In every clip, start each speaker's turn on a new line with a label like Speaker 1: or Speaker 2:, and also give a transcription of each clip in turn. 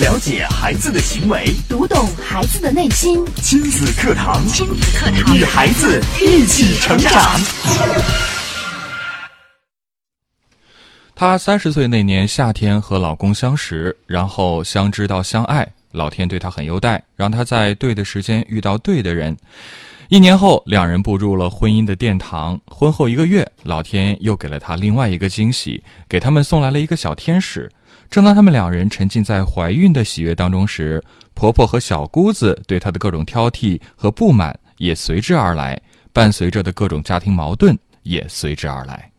Speaker 1: 了解孩子的行为，
Speaker 2: 读懂孩子的内心。
Speaker 1: 亲子课堂，
Speaker 2: 亲子课堂
Speaker 1: 与孩子一起成长。
Speaker 3: 她三十岁那年夏天和老公相识，然后相知到相爱，老天对她很优待，让她在对的时间遇到对的人。一年后，两人步入了婚姻的殿堂。婚后一个月，老天又给了她另外一个惊喜，给他们送来了一个小天使。正当他们两人沉浸在怀孕的喜悦当中时，婆婆和小姑子对她的各种挑剔和不满也随之而来，伴随着的各种家庭矛盾也随之而来。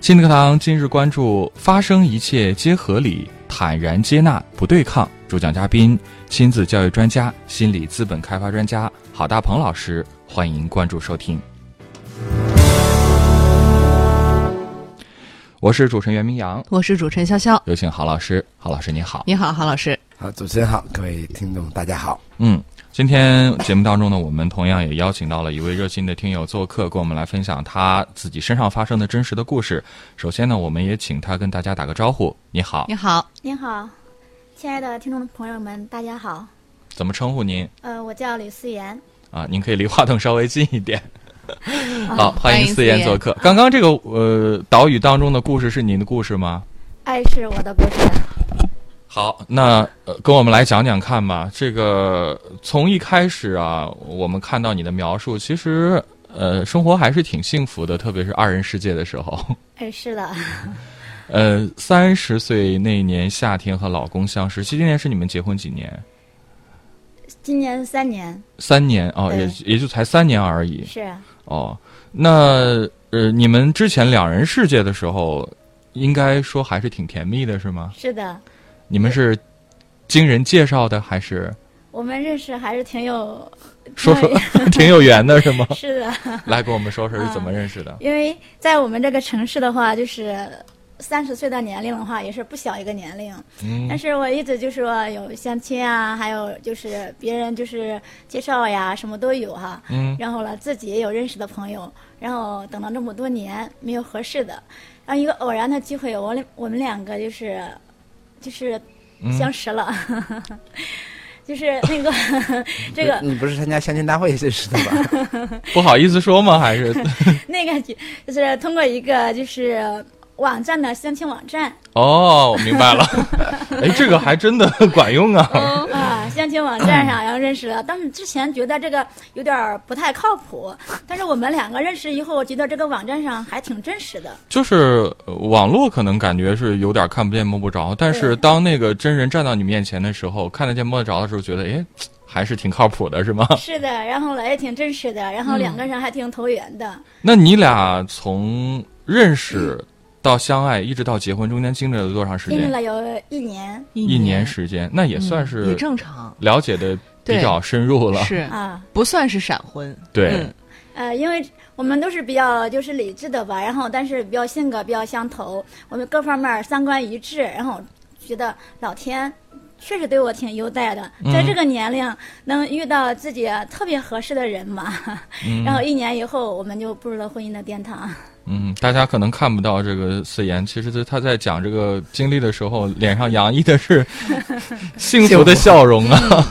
Speaker 3: 亲子课堂今日关注：发生一切皆合理，坦然接纳，不对抗。主讲嘉宾：亲子教育专家、心理资本开发专家郝大鹏老师。欢迎关注收听。我是主持人袁明阳，
Speaker 4: 我是主持人潇潇。
Speaker 3: 有请郝老师。郝老师你好。
Speaker 4: 你好，郝老师。
Speaker 5: 好，主持人好，各位听众大家好。
Speaker 3: 嗯，今天节目当中呢，我们同样也邀请到了一位热心的听友做客，跟我们来分享他自己身上发生的真实的故事。首先呢，我们也请他跟大家打个招呼。你好
Speaker 4: 你，好，
Speaker 6: 您好，亲爱的听众朋友们，大家好。
Speaker 3: 怎么称呼您
Speaker 6: 呃，我叫吕思妍。
Speaker 3: 啊？您可以离话筒稍微近一点。好，欢
Speaker 4: 欢迎
Speaker 3: 迎
Speaker 4: 思
Speaker 3: 思妍
Speaker 4: 妍
Speaker 3: 做客。刚刚这个呃岛屿当中的故事是您的故事吗？
Speaker 6: 爱是我的故事。
Speaker 3: 好，那呃，跟我们来讲讲看吧。这个从一开始啊，我们看到你的描述，其实呃，生活还是挺幸福的，特别是二人世界的时候。
Speaker 6: 哎，是的，
Speaker 3: 呃，三十岁那年夏天和老公相识，其实今年是你们结婚几年？
Speaker 6: 今年三年
Speaker 3: 三年哦，
Speaker 6: 对
Speaker 3: 也也就才三年而已
Speaker 6: 是
Speaker 3: 哦。那呃，你们之前两人世界的时候，应该说还是挺甜蜜的，是吗？
Speaker 6: 是的，
Speaker 3: 你们是经人介绍的，还是
Speaker 6: 我们认识还是挺有
Speaker 3: 说说挺有缘的，是吗？
Speaker 6: 是的，
Speaker 3: 来，给我们说说是怎么认识的？
Speaker 6: 因为在我们这个城市的话，就是三十岁的年龄的话，也是不小一个年龄。
Speaker 3: 嗯
Speaker 6: 但是我一直就说有相亲啊，还有就是别人就是介绍呀，什么都有哈。
Speaker 3: 嗯
Speaker 6: 然后了，自己也有认识的朋友，然后等了这么多年没有合适的，然后一个偶然的机会，我俩我们两个就是就是
Speaker 3: 嗯
Speaker 6: 相识了， 就是那个 这个
Speaker 5: 你不是参加相亲大会认识的吧？
Speaker 3: 不好意思说吗？还是
Speaker 6: 那个就是通过一个就是网站的相亲网站，
Speaker 3: 哦，我明白了。 哎，这个还真的管用啊！
Speaker 6: 啊，相亲网站上然后认识了，但是之前觉得这个有点儿不太靠谱，但是我们两个认识以后，我觉得这个网站上还挺真实的。
Speaker 3: 就是呃网络可能感觉是有点看不见摸不着，但是
Speaker 6: 对
Speaker 3: 当那个真人站到你面前的时候，看得见摸得着的时候，觉得哎，还是挺靠谱的，是吗？
Speaker 6: 是的，然后来也挺真实的，然
Speaker 3: 嗯
Speaker 6: 后两个人还挺投缘的。
Speaker 3: 那你俩从认识到相爱，一直到结婚，中间经历了多长时
Speaker 6: 经历
Speaker 3: 间？
Speaker 6: 了有一年
Speaker 3: 一年时间，那也
Speaker 4: 嗯
Speaker 3: 算
Speaker 4: 也
Speaker 3: 是
Speaker 4: 正常，
Speaker 3: 了解的比
Speaker 4: 对
Speaker 3: 较深入了。
Speaker 4: 是
Speaker 6: 啊，
Speaker 4: 不算是闪婚？
Speaker 3: 对
Speaker 4: 嗯
Speaker 6: 呃，因为我们都是比较就是理智的吧，然后但是比较性格比较相投，我们各方面儿三观一致，然后觉得老天。确实对我挺优待的，
Speaker 3: 嗯
Speaker 6: 在这个年龄能遇到自己特别合适的人嘛， 然后一年以后我们就步入了婚姻的殿堂。
Speaker 3: 嗯，大家可能看不到这个四言，其实他在讲这个经历的时候，脸上洋溢的是幸福的笑容啊。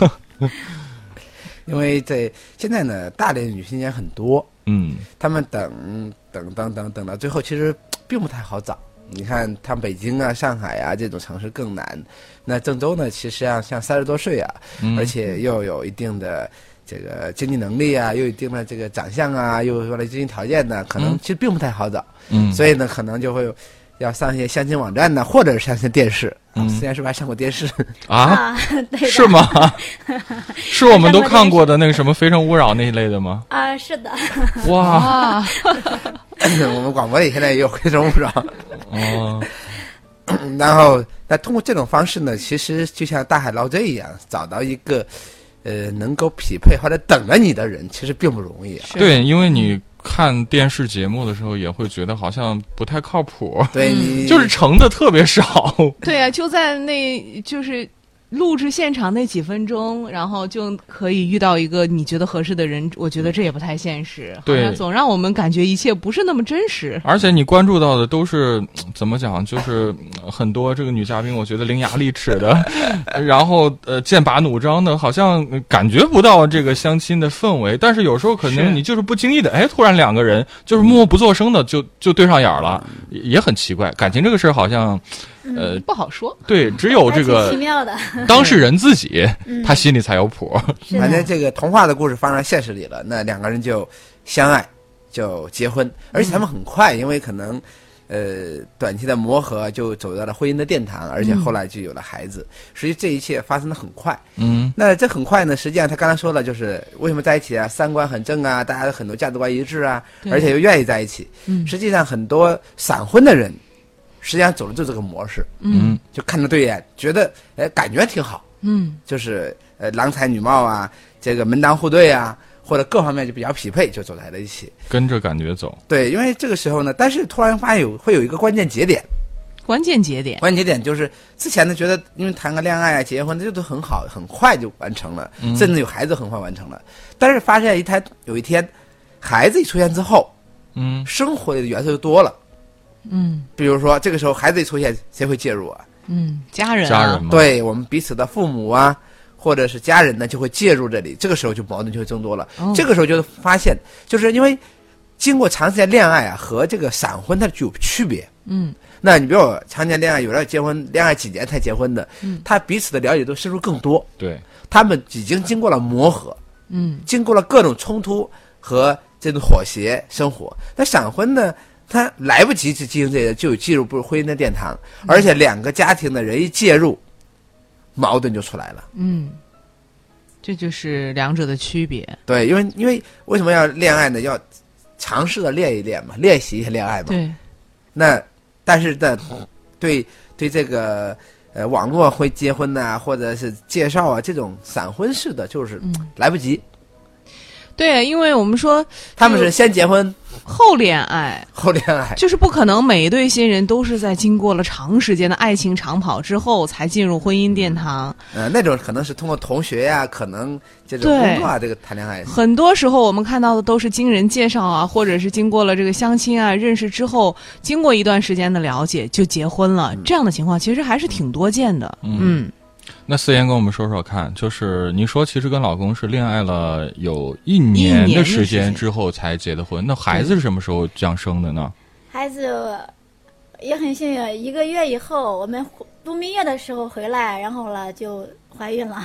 Speaker 5: 因为在现在呢，大龄女性也很多，
Speaker 3: 嗯
Speaker 5: 她们等等等等等到最后，其实并不太好找。你看，像北京啊、上海啊这种城市更难。那郑州呢，其实啊，像三十多岁啊，
Speaker 3: 嗯
Speaker 5: 而且又有一定的这个经济能力
Speaker 3: 嗯
Speaker 5: 啊，又有一定的这个长相啊，又有了经济条件呢，可能
Speaker 3: 嗯
Speaker 5: 其实并不太好找。
Speaker 3: 嗯，
Speaker 5: 所以呢，可能就会要上一些相亲网站呢，或者是相亲电视。
Speaker 3: 嗯
Speaker 5: 啊，虽然是不是还上过电视？
Speaker 3: 啊，
Speaker 6: 啊，对的，
Speaker 3: 是吗？ 是我们都看过的那个什么《非诚勿扰》那一类的吗？
Speaker 6: 啊，是的，
Speaker 3: 哇
Speaker 4: 啊，
Speaker 5: 我们广播里现在也有非诚勿扰。
Speaker 3: 哦，
Speaker 5: 然后，那通过这种方式呢，其实就像大海捞针一样，找到一个呃能够匹配或者等着你的人，其实并不容易啊。
Speaker 4: 是
Speaker 3: 对，因为你看电视节目的时候，也会觉得好像不太靠谱，
Speaker 5: 对你
Speaker 3: 就是成的特别少。
Speaker 4: 对啊，就在那就是录制现场那几分钟，然后就可以遇到一个你觉得合适的人，我觉得这也不太现实，
Speaker 3: 对
Speaker 4: 好像总让我们感觉一切不是那么真实。
Speaker 3: 而且你关注到的都是嗯怎么讲，就是嗯很多这个女嘉宾，我觉得伶牙俐齿的，然后呃剑拔弩张的，好像呃感觉不到这个相亲的氛围。但是有时候可
Speaker 4: 是
Speaker 3: 能你就是不经意的，哎，突然两个人就是默不作声的就就对上眼儿了，也也很奇怪。感情这个事儿好像，呃，
Speaker 4: 不好说，
Speaker 3: 对，只有哦这
Speaker 6: 还挺
Speaker 3: 个
Speaker 6: 奇妙的，
Speaker 3: 当事人自己
Speaker 6: 嗯
Speaker 3: 他心里才有谱。
Speaker 6: 是
Speaker 4: 啊
Speaker 5: 反正
Speaker 6: 的，
Speaker 5: 这个童话的故事放到现实里了，那两个人就相爱，就结婚，而且他们很快，因为可能。呃，短期的磨合就走到了婚姻的殿堂，而且后来就有了孩子。所以这一切发生的很快。
Speaker 3: 嗯
Speaker 5: 那这很快呢，实际上他刚才说了，就是为什么在一起啊，三观很正啊，大家的很多价值观一致啊，
Speaker 4: 对
Speaker 5: 而且又愿意在一起。
Speaker 4: 嗯
Speaker 5: 实际上很多闪婚的人，实际上走的就是这个模式，
Speaker 3: 嗯
Speaker 5: 就看着对眼，觉得哎感觉挺好，
Speaker 4: 嗯，
Speaker 5: 就是呃郎才女貌啊，这个门当户对啊，或者各方面就比较匹配，就走在了一起。
Speaker 3: 跟着感觉走。
Speaker 5: 对，因为这个时候呢，但是突然发现有会有一个关键节点，
Speaker 4: 关键节点，
Speaker 5: 关键点就是之前呢，觉得因为谈个恋爱啊、结婚，这都很好，很快就完成了，甚至有孩子很快完成了。但是发现一天有一天，孩子一出现之后，
Speaker 3: 嗯
Speaker 5: 生活里的元素就多了。
Speaker 4: 嗯
Speaker 5: 比如说，这个时候孩子一出现，谁会介入啊？
Speaker 4: 嗯，家人、啊，
Speaker 3: 家人嘛，
Speaker 5: 对我们彼此的父母啊，或者是家人呢，就会介入这里。这个时候就矛盾就会增多了。
Speaker 4: 哦
Speaker 5: 这个时候就发现，就是因为经过长时间恋爱啊，和这个闪婚它有区别。
Speaker 4: 嗯，
Speaker 5: 那你比如我常年恋爱，有的结婚恋爱几年才结婚的，
Speaker 4: 嗯
Speaker 5: 他彼此的了解都深入更多，
Speaker 3: 对，
Speaker 5: 他们已经经过了磨合，
Speaker 4: 嗯，
Speaker 5: 经过了各种冲突和这种妥协生活。那闪婚呢，他来不及去经营这些，就进入不婚姻的殿堂，而且两个家庭的人一介入，矛盾就出来了。
Speaker 4: 嗯，这就是两者的区别。
Speaker 5: 对，因为因为为什么要恋爱呢？要尝试的练一练嘛，练习一下恋爱嘛。
Speaker 4: 对，
Speaker 5: 那但是呢，对对这个呃网络会结婚呐、或者是介绍啊这种闪婚式的，就是来不及。
Speaker 4: 对，因为我们说
Speaker 5: 他们是先结婚
Speaker 4: 后恋爱，
Speaker 5: 后恋爱，
Speaker 4: 就是不可能每一对新人都是在经过了长时间的爱情长跑之后才进入婚姻殿堂。
Speaker 5: 呃，那种可能是通过同学呀、可能这种
Speaker 4: 对
Speaker 5: 工作啊，这个谈恋爱。
Speaker 4: 很多时候我们看到的都是经人介绍啊，或者是经过了这个相亲啊、认识之后，经过一段时间的了解就结婚了。这样的情况其实还是挺多见的。嗯
Speaker 3: 那思妍跟我们说说看，就是你说其实跟老公是恋爱了有一
Speaker 4: 一
Speaker 3: 年
Speaker 4: 年
Speaker 3: 的
Speaker 4: 的
Speaker 3: 时
Speaker 4: 时
Speaker 3: 间
Speaker 4: 间
Speaker 3: 之后才结的婚，那孩子是什么时候降生的呢？
Speaker 6: 孩子也很幸运，一个月以后我们回度蜜月的时候回来，然后了就怀孕了。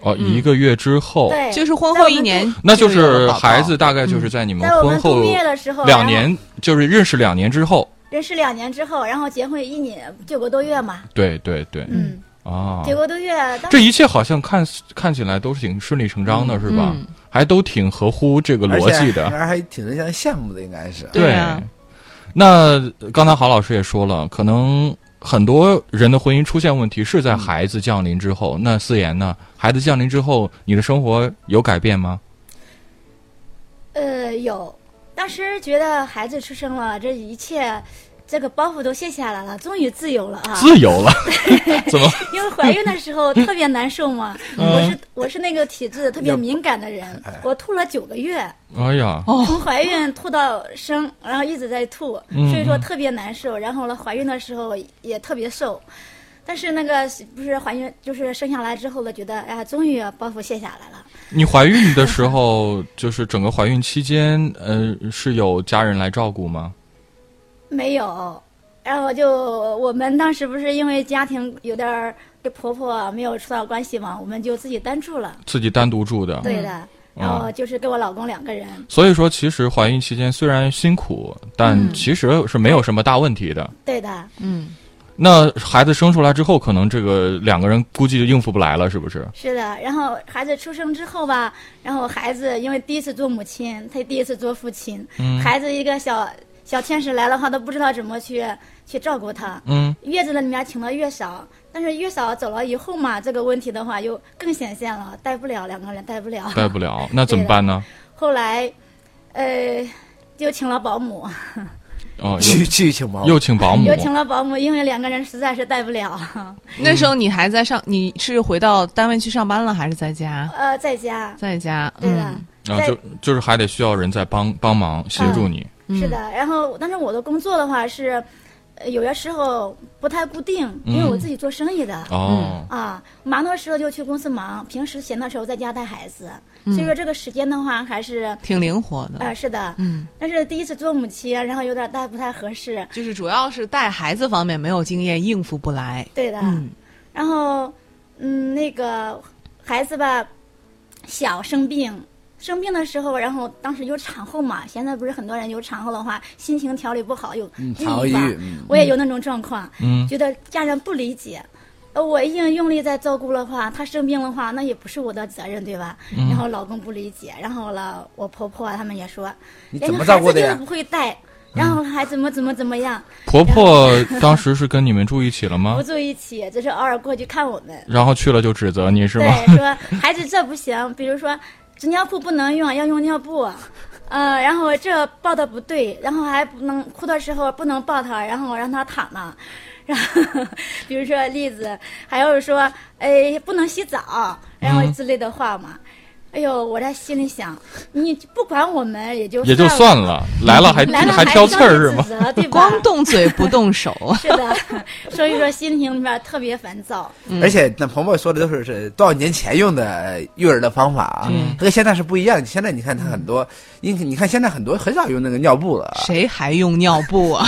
Speaker 3: 哦，一个月之后，
Speaker 6: 对，
Speaker 4: 嗯就是婚后一
Speaker 6: 哎
Speaker 4: 年，
Speaker 3: 那就
Speaker 4: 有了
Speaker 3: 是
Speaker 4: 宝宝
Speaker 3: 孩子大概就是在你们
Speaker 6: 在我
Speaker 3: 婚
Speaker 6: 们度
Speaker 3: 后
Speaker 6: 蜜月的时候，
Speaker 3: 两
Speaker 6: 然后
Speaker 3: 年，就是认识两年之后，
Speaker 6: 认识两年之后，然后结婚一年九个多月嘛，
Speaker 3: 对对对，
Speaker 6: 嗯，
Speaker 3: 啊，
Speaker 6: 九个多月，当
Speaker 3: 这一切好像看看起来都是挺顺理成章的，是吧
Speaker 4: 嗯？
Speaker 3: 还都挺合乎这个
Speaker 5: 而
Speaker 3: 逻
Speaker 5: 且
Speaker 3: 辑的，
Speaker 5: 还还挺让人羡慕的，应该是。
Speaker 4: 对啊
Speaker 3: 那刚才郝老师也说了，可能很多人的婚姻出现问题是在孩子降临之
Speaker 6: 嗯
Speaker 3: 后。那思妍呢？孩子降临之后，你的生活有改变吗？
Speaker 6: 呃有，当时觉得孩子出生了，这一切。这个包袱都卸下来了，终于自由了啊！
Speaker 3: 自由 了，怎么？
Speaker 6: 因为怀孕的时候特别难受嘛，我是我是那个体质特别敏感的人，我吐了九个月，
Speaker 3: 哎呀，
Speaker 4: 哦
Speaker 6: 从怀孕吐到生，然后一直在吐，所以说特别难受。然后呢，怀孕的时候也特别瘦，但是那个不是怀孕，就是生下来之后呢，觉得哎呀，终于包袱卸下来了。
Speaker 3: 你怀孕的时候，就是整个怀孕期间，呃，是有家人来照顾吗？
Speaker 6: 没有，然后就我们当时不是因为家庭有点儿跟婆婆没有处到关系嘛，我们就自己单住了。
Speaker 3: 自己单独住的，
Speaker 6: 对的，然后就是跟我老公两个人。
Speaker 3: 所以说，其实怀孕期间虽然辛苦，
Speaker 6: 嗯
Speaker 3: 但其实是没有什么大问题的。
Speaker 6: 对的，
Speaker 4: 嗯，
Speaker 3: 那孩子生出来之后，可能这个两个人估计就应付不来了，是不是？
Speaker 6: 是的。然后孩子出生之后吧，然后孩子因为第一次做母亲，他第一次做父亲，
Speaker 3: 嗯
Speaker 6: 孩子一个小小天使来了，他都不知道怎么去去照顾他。
Speaker 3: 嗯，
Speaker 6: 月子里面请的月嫂，但是月嫂走了以后嘛，这个问题的话又更显现了，带不了两个人，带不了。
Speaker 3: 带不了，那怎么办呢？
Speaker 6: 后来，呃，就请了保姆。
Speaker 3: 哦，
Speaker 5: 去去请保
Speaker 3: 又
Speaker 5: 姆
Speaker 3: 又，请保姆
Speaker 6: 又，请了保姆，因为两个人实在是带不了。
Speaker 4: 那时候你还在上，你是回到单位去上班了，还是在家？
Speaker 6: 呃，在家，
Speaker 4: 在家，
Speaker 6: 对的，
Speaker 4: 嗯，
Speaker 3: 然后就就是还得需要人在帮帮忙协助
Speaker 6: 嗯
Speaker 3: 你。
Speaker 6: 是的。然后，但是我的工作的话是，呃有些时候不太固定，因为我自己做生意的。
Speaker 3: 哦，
Speaker 6: 啊，忙的时候就去公司忙，平时闲的时候在家带孩子，所以说这个时间的话还是，
Speaker 4: 挺灵活
Speaker 6: 呃，
Speaker 4: 的，
Speaker 6: 是的，
Speaker 4: 嗯，
Speaker 6: 但是第一次做母亲，然后有点带不太合适，
Speaker 4: 就是主要是带孩子方面没有经验，应付不来。
Speaker 6: 对的，
Speaker 4: 嗯，
Speaker 6: 然后，嗯，那个孩子吧，小生病，生病的时候，然后当时有产后嘛，现在不是很多人有产后的话，心情调理不好，有抑
Speaker 5: 嗯，
Speaker 6: 郁
Speaker 5: 曹郁，
Speaker 6: 吧，
Speaker 5: 嗯
Speaker 6: 我也有那种状况，
Speaker 3: 嗯
Speaker 6: 觉得家人不理解。呃，我一定用力在照顾的话，他生病的话，那也不是我的责任，对吧？然后老公不理解，然后了，我婆婆啊他们也说，
Speaker 5: 你
Speaker 6: 人
Speaker 5: 怎
Speaker 6: 家
Speaker 5: 么照顾的
Speaker 6: 孩子
Speaker 5: 呀
Speaker 6: 就是？不会带，然后还怎么怎么怎么样，
Speaker 3: 婆婆当时是跟你们住一起了吗
Speaker 6: 不？住一起，就是偶尔过去看我们，
Speaker 3: 然后去了就指责你是吗？
Speaker 6: 对，说孩子这不行，比如说纸尿裤不能用，要用尿布，呃，然后这抱的不对，然后还不能哭的时候不能抱他，然后让他躺那，然后 比如说例子，还有说哎不能洗澡，然
Speaker 3: 嗯
Speaker 6: 后之类的话嘛。哎呦，我在心里想，你不管我们也 就
Speaker 3: 也就算
Speaker 6: 了，
Speaker 3: 了，来了还
Speaker 6: 啊来了
Speaker 3: 还挑刺儿是
Speaker 6: 还
Speaker 3: 吗
Speaker 6: 挑？指责对吧？
Speaker 4: 光动嘴不动手，
Speaker 6: 是的， 所以说心情里面特别烦躁。
Speaker 4: 嗯
Speaker 5: 而且那婆婆说的都是是多少年前用的育儿的方法啊，它跟现在是不一样。现在你看它很多，因你看现在很多很少用那个尿布了啊。
Speaker 4: 谁还用尿布啊？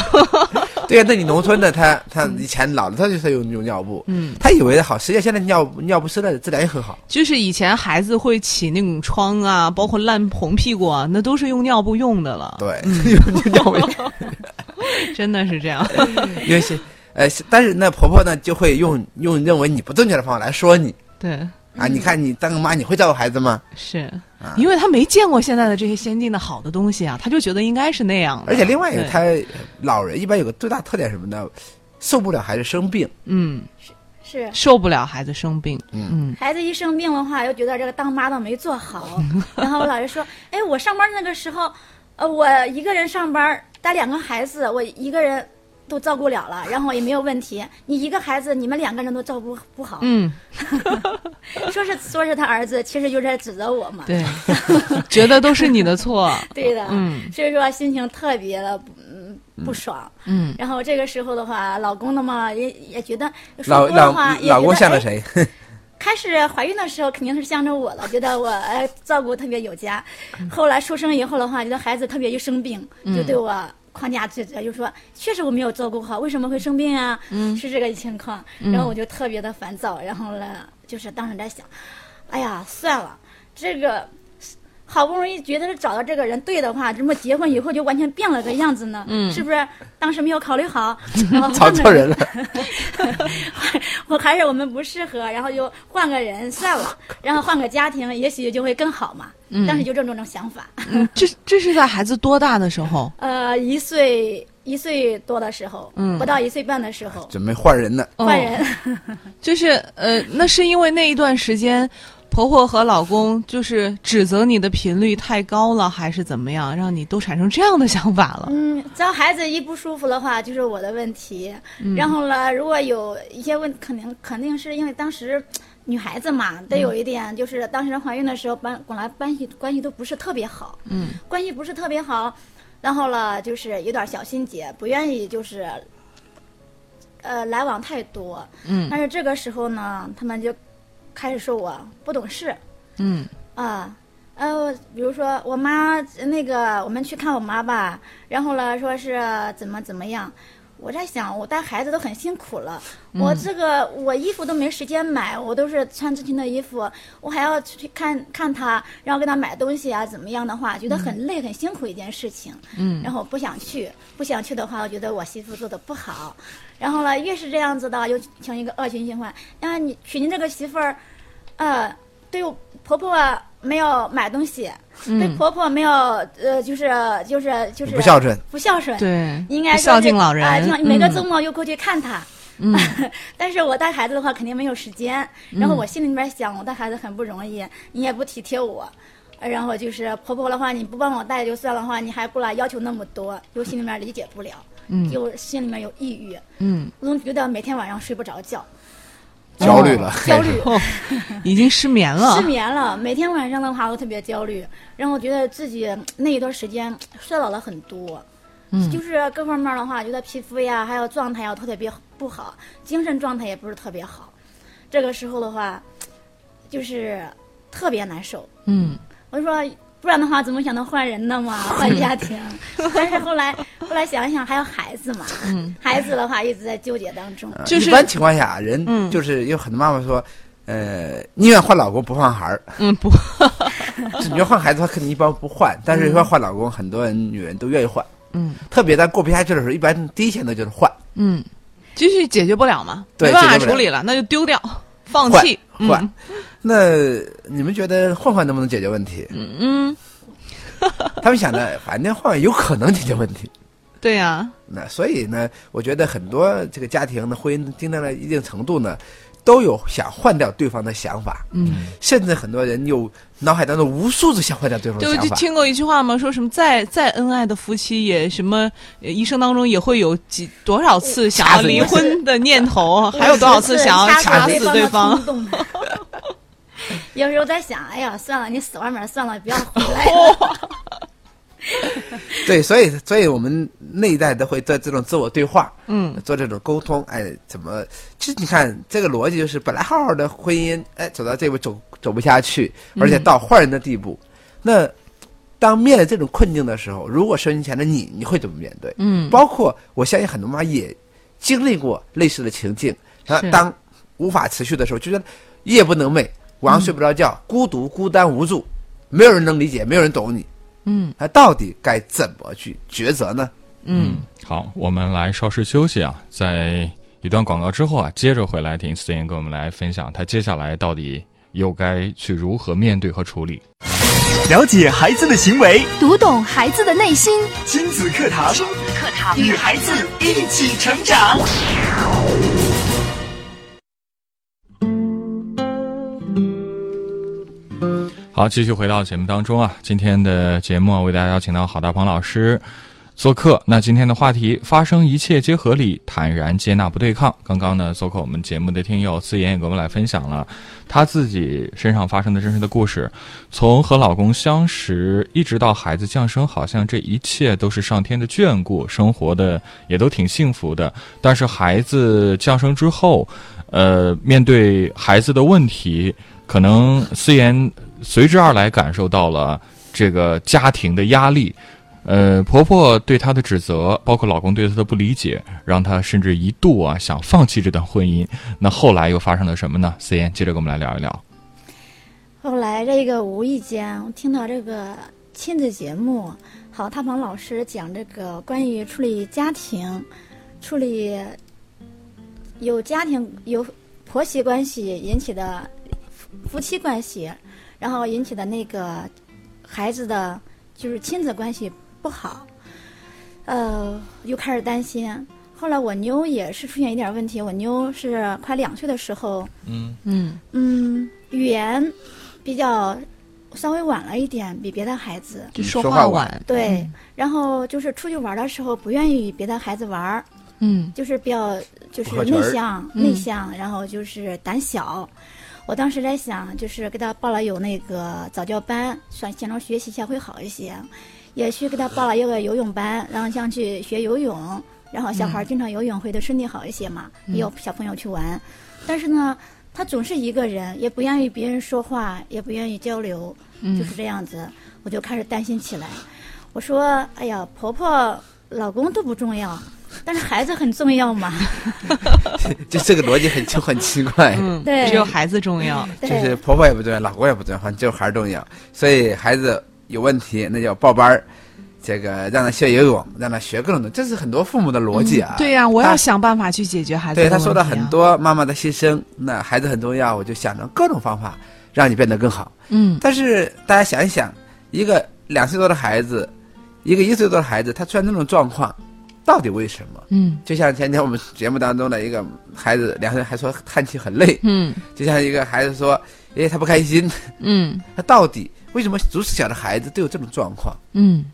Speaker 5: 对呀，那你农村的他他以前老了他就是用用尿布， 嗯，他以为好，实际上现在尿尿不湿的质量也很好。
Speaker 4: 就是以前孩子会起那种疮啊，包括烂红屁股啊，那都是用尿布用的了。
Speaker 5: 对，用尿布，
Speaker 4: 真的是这 样。
Speaker 5: 因为是呃，是但是那婆婆呢就会用用认为你不正确的方法来说你
Speaker 4: 对，
Speaker 5: 啊，你看你当个妈你会照顾孩子吗？
Speaker 4: 是
Speaker 5: 啊
Speaker 4: 因为他没见过现在的这些先进的好的东西啊，他就觉得应该是那样的。
Speaker 5: 而且另外一个，
Speaker 4: 对
Speaker 5: 他老人一般有个最大特点是什么呢？受不了孩子生病，
Speaker 4: 嗯，
Speaker 6: 是，
Speaker 4: 受不了孩子生病，嗯
Speaker 6: 孩子一生病的话，又觉得这个当妈的没做好。 然后我老是说，哎，我上班那个时候，呃，我一个人上班带两个孩子，我一个人都照顾了了，然后也没有问题。你一个孩子，你们两个人都照顾不好，
Speaker 4: 嗯，
Speaker 6: 说是说是他儿子，其实就是在指责我嘛。
Speaker 4: 对，觉得都是你的错，
Speaker 6: 对的，
Speaker 4: 嗯
Speaker 6: 所以说心情特别的不嗯不爽。
Speaker 4: 嗯，
Speaker 6: 然后这个时候的话，老公的嘛也也觉得
Speaker 5: 老
Speaker 6: 说多的
Speaker 5: 老
Speaker 6: 话，也
Speaker 5: 老公
Speaker 6: 觉
Speaker 5: 像
Speaker 6: 得
Speaker 5: 了
Speaker 6: 哎
Speaker 5: 谁？
Speaker 6: 开始怀孕的时候肯定是向着我了，觉得我哎照顾特别有加。
Speaker 5: 嗯
Speaker 6: 后来出生以后的话，觉得孩子特别一生病，就对我框架指责，就说确实我没有照顾好，为什么会生病啊？
Speaker 5: 嗯
Speaker 6: 是这个情况。然后我就特别的烦躁，然后呢，就是当时在想，哎呀，算了，这个。好不容易觉得是找到这个人对的话，怎么结婚以后就完全变了个样子呢？是不是当时没有考虑好？然后
Speaker 5: 嗯 找
Speaker 6: 换个
Speaker 5: 错 人了，
Speaker 6: 我还是我们不适合，然后就换个人算了，然后换个家庭，也许就会更好嘛。当时就这种种想法。
Speaker 4: 嗯，这这是在孩子多大的时候？
Speaker 6: 呃，一岁一岁多的时候，
Speaker 4: 嗯哦
Speaker 6: 不到一岁半的时候
Speaker 5: 准备换人了。
Speaker 6: 换人，
Speaker 4: 就是呃，那是因为那一段时间，婆婆和老公就是指责你的频率太高了，还是怎么样，让你都产生这样的想法了？
Speaker 6: 嗯，只要孩子一不舒服的话，就是我的问题。然后呢，如果有一些问，肯定肯定是因为当时。女孩子嘛，得有一点，就是当时怀孕的时候，本本来关系关系都不是特别好，
Speaker 4: 嗯，
Speaker 6: 关系不是特别好，然后了就是有点小心结，不愿意就是，呃，来往太多。
Speaker 4: 嗯
Speaker 6: 但是这个时候呢，他们就开始说我不懂事，
Speaker 4: 嗯
Speaker 6: 啊，呃，比如说我妈那个，我们去看我妈吧，然后呢，说是呃怎么怎么样。我在想，我带孩子都很辛苦了，我这个我衣服都没时间买，我都是穿之前的衣服，我还要去看看他，然后给他买东西啊，怎么样的话，觉得很累、很辛苦一件事情，
Speaker 4: 嗯，
Speaker 6: 然后不想去，不想去的话，我觉得我媳妇做的不好，然后呢，越是这样子的，又成一个恶性循环。啊，你娶你这个媳妇儿，呃，对我婆婆没有买东西，对婆婆没有呃，就是就是就是
Speaker 5: 不孝顺，
Speaker 6: 不孝顺，
Speaker 4: 对，
Speaker 6: 应该
Speaker 4: 不
Speaker 6: 说
Speaker 4: 孝
Speaker 6: 是
Speaker 4: 敬老人，
Speaker 6: 啊，就每个周
Speaker 4: 嗯
Speaker 6: 末又过去看她。
Speaker 4: 嗯
Speaker 6: 但是我带孩子的话，肯定没有时间。然后我心里面想，我带孩子很不容易，你也不体贴我。呃然后就是婆婆的话，你不帮我带就算了话，你还过来要求那么多，就心里面理解不了，
Speaker 4: 嗯
Speaker 6: 就心里面有抑郁，
Speaker 4: 嗯，
Speaker 6: 我总觉得每天晚上睡不着觉，
Speaker 5: 焦虑了，
Speaker 6: 焦 虑，
Speaker 4: 哦，已经失眠了。
Speaker 6: 失眠了，每天晚上的话都特别焦虑，然后觉得自己嗯那一段时间衰老了很多，
Speaker 4: 嗯
Speaker 6: 就是各方面的话，觉得皮肤呀，还有状态呀，都特别不好，精神状态也不是特别好。这个时候的话，就是特别难受。
Speaker 4: 嗯
Speaker 6: 我就说，不然的话怎么想到换人呢嘛，换家 庭。但是后来后来想一想，还有孩子嘛，
Speaker 4: 嗯
Speaker 6: 孩子的话一直在纠结当中。
Speaker 5: 呃
Speaker 4: 就是
Speaker 5: 一般情况下，人
Speaker 4: 嗯
Speaker 5: 就是有很多妈妈说，呃，宁愿换老公不换孩 儿。
Speaker 4: 嗯，不，
Speaker 5: 就你要换孩子，他肯定一般不换，但
Speaker 6: 嗯
Speaker 5: 是要换老公，很多人女人都愿意换。
Speaker 4: 嗯
Speaker 5: 特别在过不下去的时候，一般第一选择就是换，
Speaker 4: 嗯，就是解决不了嘛，
Speaker 5: 对
Speaker 4: 没办法
Speaker 5: 解决不了
Speaker 4: 处理了，那就丢掉，放
Speaker 5: 换
Speaker 4: 弃。嗯
Speaker 5: 换。那你们觉得换换能不能解决问题？
Speaker 4: 嗯嗯，
Speaker 5: 他们想的，反正换换有可能解决问题。
Speaker 4: 对呀、
Speaker 5: 那所以呢，我觉得很多这个家庭的婚姻经到了一定程度呢，都有想换掉对方的想法，
Speaker 4: 嗯，
Speaker 5: 甚至很多人有脑海当中无数次想换掉对方的
Speaker 4: 就
Speaker 5: 想
Speaker 4: 就
Speaker 5: 法。
Speaker 4: 听过一句话嘛，说什么再再恩爱的夫妻也什么，呃一生当中也会有几多少次想要
Speaker 5: 掐死你
Speaker 4: 离婚的念 头，还有多少次想要掐死对方？
Speaker 6: 方的冲动？有时候在想，哎呀，算了，你死外面算了，不要回来。
Speaker 5: 对，所以所以我们那一代都会做这种自我对话，
Speaker 4: 嗯，
Speaker 5: 做这种沟通，哎，怎么？其实你看这个逻辑就是，本来好好的婚姻，哎，走到这步走走不下去，而
Speaker 4: 嗯
Speaker 5: 且到换人的地步，那当面临这种困境的时候，如果收音前的你，你会怎么面对？
Speaker 4: 嗯
Speaker 5: 包括我相信很多妈也经历过类似的情境，啊
Speaker 4: 是，
Speaker 5: 当无法持续的时候，就觉得夜不能寐，晚上睡不着
Speaker 4: 嗯
Speaker 5: 觉，孤独、孤单、无助，没有人能理解，没有人懂你。
Speaker 4: 嗯
Speaker 5: 那到底该怎么去抉择呢？
Speaker 4: 嗯，
Speaker 3: 好，我们来稍事休息啊，在一段广告之后啊，接着回来听 s t a n 跟我们来分享他接下来到底又该去如何面对和处理。
Speaker 1: 了解孩子的行为，
Speaker 2: 读懂孩子的内心。
Speaker 1: 亲子课堂，亲子课堂，与孩子一起成长。
Speaker 3: 好，继续回到节目当中啊，今天的节目啊为大家邀请到郝大鹏老师做客。那今天的话题，发生一切皆合理，坦然接纳不对抗。刚刚呢，做客我们节目的听友思妍也给我们来分享了她自己身上发生的真实的故事，从和老公相识一直到孩子降生，好像这一切都是上天的眷顾，生活的也都挺幸福的。但是孩子降生之后，呃，面对孩子的问题，可能思妍随之而来感受到了这个家庭的压力，呃，婆婆对她的指责，包括老公对她的不理解，让她甚至一度啊想放弃这段婚姻。那后来又发生了什么呢？思妍，接着跟我们来聊一聊。
Speaker 6: 后来这个无意间我听到这个亲子节目，郝大鹏老师讲这个关于处理家庭、处理有家庭有婆媳关系引起的夫夫妻关系，然后引起的那个孩子的就是亲子关系不好，呃，又开始担心。后来我妞也是出现一点问题，我妞是快两岁的时候，
Speaker 4: 嗯
Speaker 6: 嗯，语言比较稍微晚了一点，比别的孩子。
Speaker 4: 就
Speaker 5: 嗯
Speaker 4: 说
Speaker 5: 说
Speaker 4: 话
Speaker 5: 话
Speaker 4: 晚，
Speaker 6: 对，然后就是出去玩的时候不愿意与别的孩子玩儿，
Speaker 4: 嗯
Speaker 6: 就是比较就是
Speaker 5: 不合群
Speaker 6: 内
Speaker 5: 儿
Speaker 6: 向、
Speaker 4: 嗯
Speaker 6: 内向，然后就是胆小。我当时在想，就是给他报了有那个早教班，想想着学习一下会好一些，也去给他报了一个游泳班，然后想去学游泳，然后小孩儿经常游泳会对身体好一些嘛，也有小朋友去玩。但是呢，他总是一个人，也不愿意别人说话，也不愿意交流，就是这样子，我就开始担心起来。我说：“哎呀，婆婆、老公都不重要，但是孩子很重要嘛。
Speaker 5: 就这个逻辑很就很奇怪，
Speaker 4: 嗯，
Speaker 6: 对
Speaker 4: 只有孩子重要，
Speaker 6: 对”
Speaker 5: 就是婆婆也不重要，老公也不重要，反正只有孩儿重要。所以孩子有问题，那就要报班儿，这个让他学游泳，让他学各种东西，这是很多父母的逻辑啊。
Speaker 4: 嗯对呀、我
Speaker 5: 他
Speaker 4: 要想办法去解决孩子的
Speaker 5: 对
Speaker 4: 问题啊、
Speaker 5: 他说了很多妈妈的心声，那孩子很重要，我就想着各种方法让你变得更好。
Speaker 4: 嗯，
Speaker 5: 但是大家想一想，一个两岁多的孩子，一个一岁多的孩子，他出现这种状况，到底为什么？
Speaker 4: 嗯
Speaker 5: 就像前天我们节目当中的一个孩子，两岁还说叹气很累，
Speaker 4: 嗯
Speaker 5: 就像一个孩子说，哎，他不开心，
Speaker 4: 嗯
Speaker 5: 他到底为什么如此小的孩子都有这种状况？
Speaker 4: 嗯，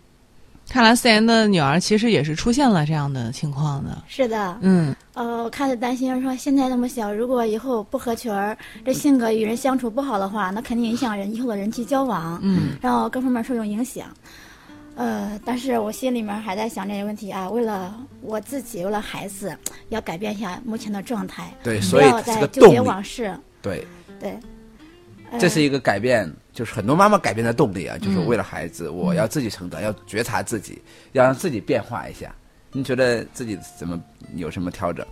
Speaker 4: 看来思妍的女儿其实也是出现了这样的情况的。
Speaker 6: 是的，
Speaker 4: 嗯，
Speaker 6: 呃，我开始担心说现在那么小，如果以后不合群儿，这性格与人相处不好的话，那肯定影响人以后的人际交往，
Speaker 4: 嗯，
Speaker 6: 然后各方面受有影响。呃，但是我心里面还在想这个问题啊，为了我自己，为了孩子，要改变一下目前的状态，
Speaker 5: 对，
Speaker 6: 不
Speaker 5: 所以
Speaker 6: 嗯要
Speaker 5: 这是
Speaker 6: 再
Speaker 5: 个
Speaker 6: 纠
Speaker 5: 动
Speaker 6: 结
Speaker 5: 力。
Speaker 6: 往事。
Speaker 5: 对，
Speaker 6: 对，呃
Speaker 5: 这是一个改变，就是很多妈妈改变的动力
Speaker 6: 嗯
Speaker 5: 啊，就是为了孩子，我要自己成长，要觉察自己，要让自己变化一下。你觉得自己怎么有什么调整？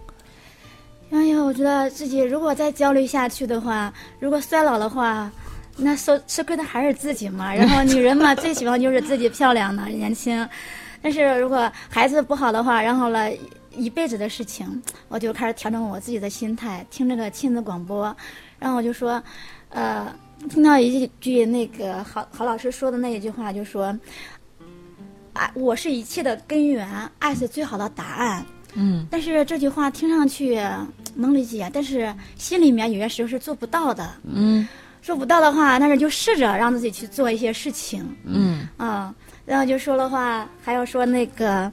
Speaker 6: 哎呀，我觉得自己如果再焦虑下去的话，如果衰老的话，那受吃亏的还是自己嘛。然后女人嘛，最喜欢就是自己漂亮的、年轻。但是如果孩子不好的话，然后了一辈子的事情，我就开始调整我自己的心态，听这个亲子广播，然后我就说，呃，听到一句那个郝郝老师说的那一句话，就说，爱我是一切的根源，爱是最好的答案。
Speaker 4: 嗯，
Speaker 6: 但是这句话听上去呃能理解，但是心里面有些时候是做不到的。
Speaker 4: 嗯，
Speaker 6: 做不到的话，但是就试着让自己去做一些事情。
Speaker 4: 嗯，
Speaker 6: 啊、然后就说的话，还要说那个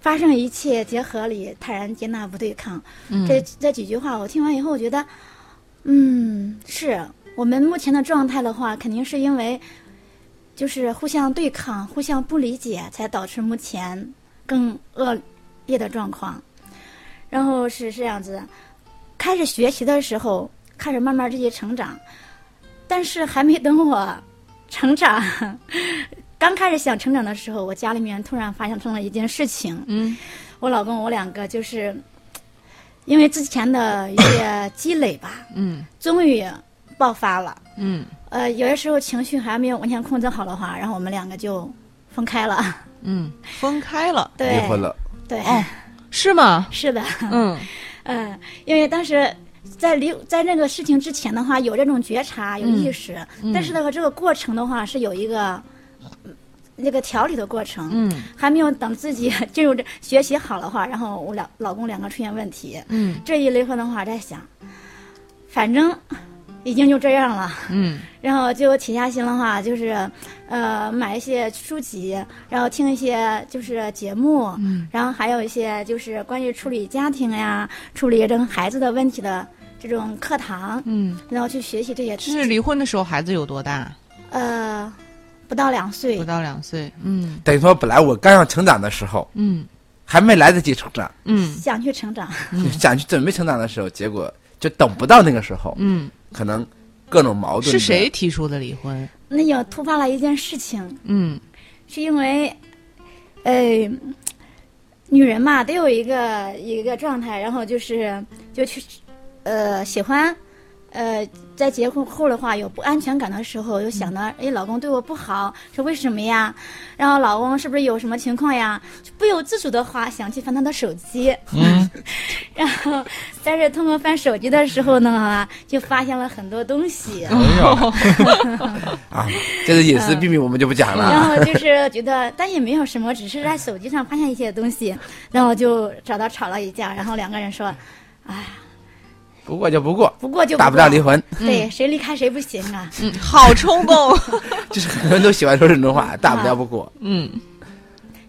Speaker 6: 发生一切结合理，坦然接纳不对抗。
Speaker 4: 嗯
Speaker 6: 这这几句话我听完以后，我觉得，嗯，是我们目前的状态的话，肯定是因为就是互相对抗、互相不理解，才导致目前更恶劣的状况。然后是是这样子，开始学习的时候，开始慢慢这些成长，但是还没等我成长，刚开始想成长的时候，我家里面突然发生了一件事情。
Speaker 4: 嗯，
Speaker 6: 我老公我两个就是因为之前的一些积累吧，
Speaker 4: 嗯，
Speaker 6: 终于爆发了。
Speaker 4: 嗯，
Speaker 6: 呃，有些时候情绪还没有完全控制好的话，然后我们两个就分开了。
Speaker 4: 嗯，分开了，
Speaker 6: 对，
Speaker 5: 离婚。了，
Speaker 6: 对，
Speaker 4: 是吗？
Speaker 6: 是的。
Speaker 4: 嗯
Speaker 6: 嗯，因为当时在离在那个事情之前的话，有这种觉察，有意识，
Speaker 5: 嗯
Speaker 6: 但是呢，这个过程的话是有一个嗯那个调理的过程，
Speaker 4: 嗯
Speaker 6: 还没有等自己 进入这学习好的话，然后我俩老公两个出现问题，
Speaker 4: 嗯
Speaker 6: 这一离婚的话，在想，反正已经就这样了，
Speaker 4: 嗯
Speaker 6: 然后就铁下心的话，就是，呃，买一些书籍，然后听一些就是节目，
Speaker 4: 嗯
Speaker 6: 然后还有一些就是关于处理家庭呀、处理这种孩子的问题的这种课堂，
Speaker 4: 嗯，
Speaker 6: 然后去学习这些
Speaker 4: 这是
Speaker 6: 知识。
Speaker 4: 离婚的时候孩子有多大？
Speaker 6: 呃，不到两岁
Speaker 4: 不，到两岁。嗯
Speaker 5: 等于说本来我刚要成长的时候，
Speaker 4: 嗯
Speaker 5: 还没来得及成长，
Speaker 4: 嗯
Speaker 6: 想去成长，
Speaker 5: 想去准备成长的时候，结果就等不到那个时候，
Speaker 4: 嗯，
Speaker 5: 可能各种矛盾。
Speaker 4: 是谁？提出的离婚？
Speaker 6: 那有突发了一件事情，
Speaker 4: 嗯
Speaker 6: 是因为，呃，女人嘛都有一个一个状态，然后就是就去，呃，喜欢，呃，在结婚后的话有不安全感的时候，又想到，哎，老公对我不好是为什么呀？然后老公是不是有什么情况呀？就不由自主的话想去翻他的手机，
Speaker 3: 嗯，
Speaker 6: 然后但是通过翻手机的时候呢，就发现了很多东西。
Speaker 3: 哎呀，
Speaker 5: 啊？这是隐私
Speaker 6: 嗯
Speaker 5: 秘密，我们就不讲
Speaker 6: 然
Speaker 5: 了。
Speaker 6: 后就是觉得，但也没有什么，只是在手机上发现一些 东西，然后就找他吵了一架，然后两个人说，
Speaker 5: 不过就不过，
Speaker 6: 不过就
Speaker 5: 大不了离婚。
Speaker 6: 婚，对，谁离开谁不行啊？
Speaker 4: 嗯，好冲动。
Speaker 5: 就是很多人都喜欢说这种话，大不了不过。
Speaker 4: 嗯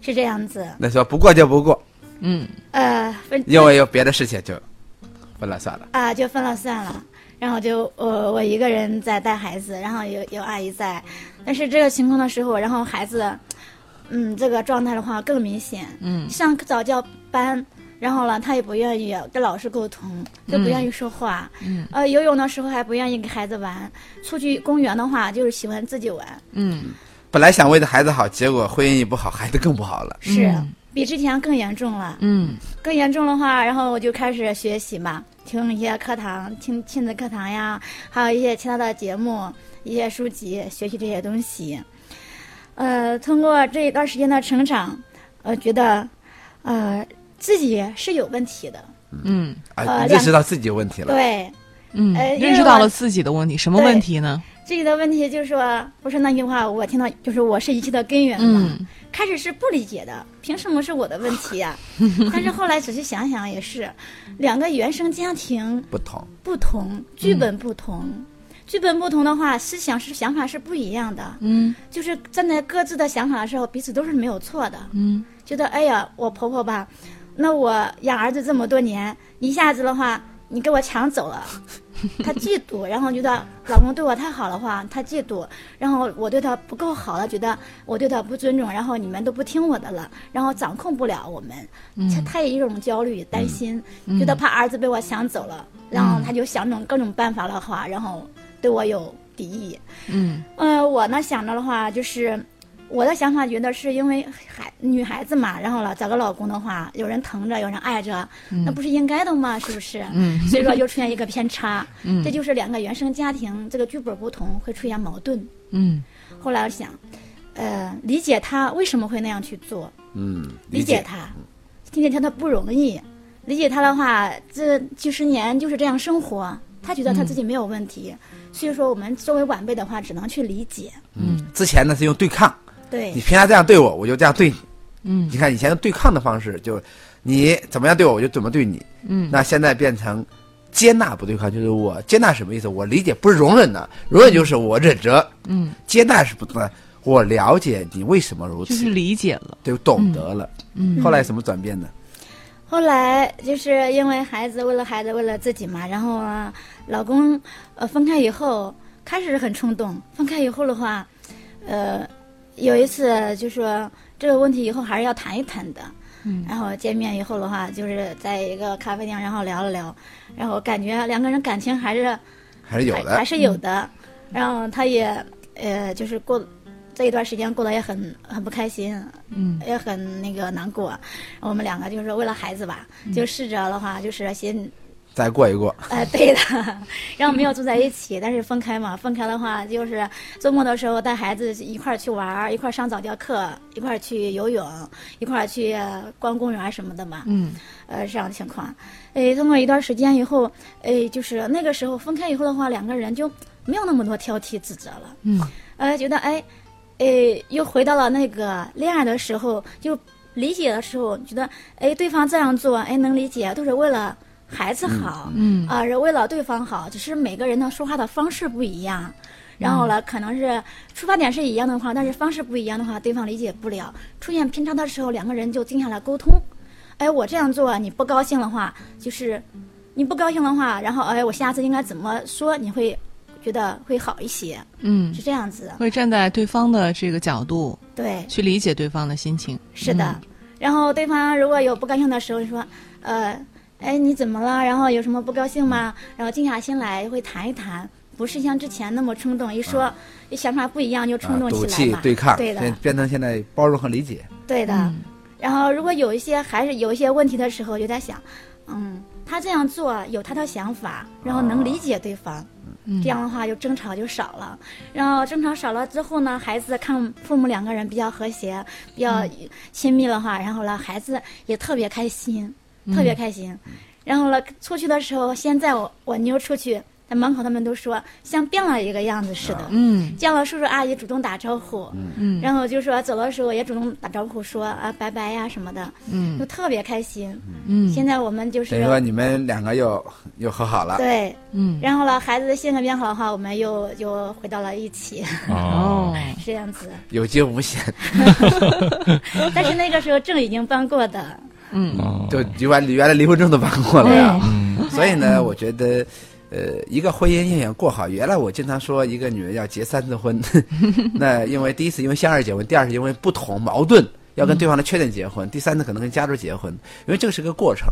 Speaker 6: 是这样子，
Speaker 5: 那说不过就不过，
Speaker 4: 嗯
Speaker 6: 呃，分
Speaker 5: 因为有别的事情就分了算了。
Speaker 6: 啊、就分了算了。然后就我、我一个人在带孩子，然后有有阿姨在，但是这个情况的时候，然后孩子，嗯，这个状态的话更明显，
Speaker 4: 嗯
Speaker 6: 上早教班，然后呢，他也不愿意跟老师沟通，就不愿意说话。
Speaker 4: 嗯
Speaker 6: 呃，游泳的时候还不愿意跟孩子玩，出去公园的话就是喜欢自己玩，
Speaker 4: 嗯
Speaker 5: 本来想为了孩子好，结果婚姻一不好，孩子更不好了。
Speaker 6: 是、
Speaker 4: 嗯
Speaker 6: 比之前更严重了。
Speaker 4: 嗯
Speaker 6: 更严重的话，然后我就开始学习嘛，听一些课堂，听亲子课堂呀，还有一些其他的节目、一些书籍，学习这些东西。呃，通过这一段时间的成长，呃，觉得，呃，自己是有问题的，
Speaker 4: 嗯
Speaker 5: 啊，
Speaker 6: 呃
Speaker 5: 认识到自己有问题了。
Speaker 6: 对，
Speaker 4: 嗯，
Speaker 6: 呃因为
Speaker 4: 认识到
Speaker 6: 我
Speaker 4: 了自己的问题，什么问题呢？
Speaker 6: 自己的问题就是说，不是那句话，我听到就是我是一切的根源嘛。
Speaker 4: 嗯
Speaker 6: 开始是不理解的，凭什么是我的问题呀、 但是后来仔细想想也是，两个原生家庭
Speaker 5: 不同，
Speaker 6: 不同，剧本不同，剧本不同的话，思想是想法是不一样的。
Speaker 4: 嗯
Speaker 6: 就是站在各自的想法的时候，彼此都是没有错的。
Speaker 4: 嗯
Speaker 6: 觉得哎呀，我婆婆吧，那我养儿子这么多年，一下子的话，你给我抢走 了，她嫉妒，然后觉得老公对我太好的话，她嫉妒，然后我对她不够好了，觉得我对她不尊重，然后你们都不听我的了，然后掌控不了我们，
Speaker 4: 嗯
Speaker 6: 她她也有一种焦虑担心，觉得怕儿子被我抢走了，然
Speaker 4: 嗯
Speaker 6: 后她就想种各种办法的话，然后对我有敌意，
Speaker 4: 嗯
Speaker 6: 呃，我呢想着的话，就是我的想法觉得是因为孩女孩子嘛，然后了找个老公的话，有人疼着，有人爱着，那不是应该的吗？是不是？
Speaker 4: 嗯
Speaker 6: 所以说就出现一个偏差，
Speaker 4: 嗯
Speaker 6: 这就是两个原生家庭这个剧本不同会出现矛盾。
Speaker 4: 嗯
Speaker 6: 后来我想，呃，理解他为什么会那样去做，
Speaker 5: 嗯，
Speaker 6: 理解他，听见他的不容易，理解他的话，这几十年就是这样生活，他觉得他自己没有问题，
Speaker 5: 嗯
Speaker 6: 所以说我们作为晚辈的话，只能去理解。
Speaker 4: 嗯
Speaker 5: 之前呢是用对抗，
Speaker 6: 对，
Speaker 5: 你凭啥这样对我，我就这样对你。
Speaker 4: 嗯
Speaker 5: 你看以前用对抗的方式，就你怎么样对我，我就怎么对你。
Speaker 4: 嗯
Speaker 5: 那现在变成接纳不对抗，就是我接纳什么意思？我理解不是容忍的，容忍就是我忍着，
Speaker 4: 嗯，
Speaker 5: 接纳是不同的，我了解你为什么如
Speaker 4: 就
Speaker 5: 此，
Speaker 4: 是理解了。
Speaker 5: 对，懂得了。
Speaker 4: 嗯
Speaker 5: 后来什么转变呢？
Speaker 6: 后来就是因为孩子，为了孩子，为了自己嘛，然后啊，老公呃分开以后，开始很冲动，分开以后的话，呃，有一次就说这个问题以后还是要谈一谈的。
Speaker 4: 嗯
Speaker 6: 然后见面以后的话，就是在一个咖啡厅，然后聊了聊，然后感觉两个人感情还是
Speaker 5: 还是有
Speaker 6: 还还
Speaker 5: 的，嗯
Speaker 6: 是有的。然后他也呃，就是过这一段时间过得也很很不开心，
Speaker 4: 嗯
Speaker 6: 也很那个难过。我们两个就是为了孩子吧，就试着的话，就是先
Speaker 5: 再过一过，
Speaker 6: 呃，对的， 然后没有住在一起，但是分开嘛，分开的话就是周末的时候带孩子一块儿去玩儿，一块儿上早教课，一块儿去游泳，一块儿去呃逛公园儿什么的嘛。
Speaker 4: 嗯
Speaker 6: 呃，这样的情况。诶，通过一段时间以后，诶，就是那个时候分开以后的话，两个人就没有那么多挑剔指责了。
Speaker 4: 嗯，
Speaker 6: 呃，觉得哎，诶，又回到了那个恋爱的时候，就理解的时候，觉得哎，对方这样做，哎，能理解，都是为了孩子好，
Speaker 4: 嗯
Speaker 6: 啊、是为了对方好，只是每个人的说话的方式不一样。然后
Speaker 4: 嗯
Speaker 6: 呢，可能是出发点是一样的话，但是方式不一样的话，对方理解不了，出现偏差的时候，两个人就静下来沟通。哎，我这样做你不高兴的话，就是你不高兴的话，然后哎，我下次应该怎么说，你会觉得会好一些，
Speaker 4: 嗯，
Speaker 6: 是这样子。
Speaker 4: 会站在对方的这个角度
Speaker 6: 对，
Speaker 4: 去理解对方的心情。
Speaker 6: 是的。
Speaker 5: 嗯
Speaker 6: 然后对方如果有不高兴的时候，你说，呃，哎，你怎么了？然后有什么不高兴吗？
Speaker 5: 嗯
Speaker 6: 然后静下心来会谈一谈，不是像之前那么冲动，一说、想法不一样就冲
Speaker 5: 啊
Speaker 6: 动
Speaker 5: 赌
Speaker 6: 起来
Speaker 5: 气
Speaker 6: 嘛。
Speaker 5: 对抗，嗯
Speaker 6: 对的，
Speaker 5: 变变成现在包容和理解。
Speaker 6: 对的。然后如果有一些还是有一些问题的时候，就在想，嗯，他这样做有他的想法，然后
Speaker 5: 啊
Speaker 6: 能理解对方，
Speaker 4: 嗯
Speaker 6: 这样的话就争吵就少了。然后争吵少了之后呢，孩子看父母两个人比较和谐，比较
Speaker 4: 嗯
Speaker 6: 亲密的话，然后呢，孩子也特别开心，
Speaker 4: 嗯
Speaker 6: 特别开心。然后呢，出去的时候，现在我我妞出去，在门口他们都说像变了一个样子似的。
Speaker 4: 嗯
Speaker 6: 见了叔叔阿姨主动打招呼，嗯，然后就说走的时候也主动打招呼说啊拜拜呀、什么的，
Speaker 4: 嗯
Speaker 6: 就特别开心。
Speaker 4: 嗯
Speaker 6: 现在我们就
Speaker 5: 等于说
Speaker 6: 是
Speaker 5: 你们两个又又和好了，
Speaker 6: 对，
Speaker 4: 嗯
Speaker 6: 然后了孩子的性格变好的话，我们又又回到了一起，
Speaker 3: 哦，
Speaker 6: 是这样子。
Speaker 5: 有惊无险，
Speaker 6: 但是那个时候证已经办过的，
Speaker 3: 哦
Speaker 5: 就就完原来离婚证都办过了呀。所以呢，我觉得，呃，一个婚姻要想过好，原来我经常说一个女人要结三次婚，那因为第一次因为相爱结婚，第二次因为不同矛盾要跟对方的缺点结婚，第三次可能跟家族结婚，因为这个是个过程。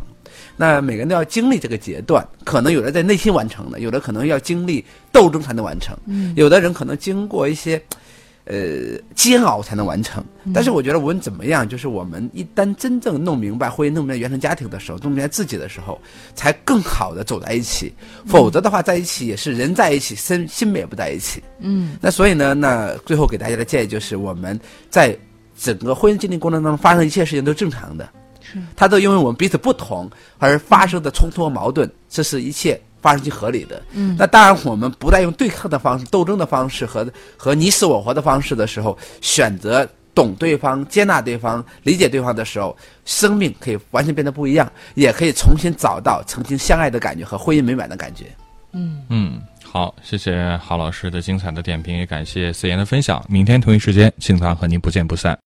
Speaker 5: 那每个人都要经历这个阶段，可能有的在内心完成的，有的可能要经历斗争才能完成，有的人可能经过一些。呃，煎熬才能完成。但是我觉得，无论怎么样，就是我们一旦真正弄明白婚姻、弄明白原生家庭的时候，弄明白自己的时候，才更好的走在一起。否则的话，在一起也是人在一起，身心也不在一起。
Speaker 4: 嗯
Speaker 5: 那所以呢，那最后给大家的建议就是，我们在整个婚姻经历过程当中发生一切事情都正常的，
Speaker 4: 是
Speaker 5: 它都因为我们彼此不同而发生的冲突和矛盾，这是一切发生即合理的。
Speaker 4: 嗯
Speaker 5: 那当然，我们不再用对抗的方式、斗争的方式和和你死我活的方式的时候，选择懂对方、接纳对方、理解对方的时候，生命可以完全变得不一样，也可以重新找到曾经相爱的感觉和婚姻美满的感觉。
Speaker 4: 嗯
Speaker 3: 嗯，好，谢谢郝老师的精彩的点评，也感谢思妍的分享。明天同一时间，庆堂和您不见不散。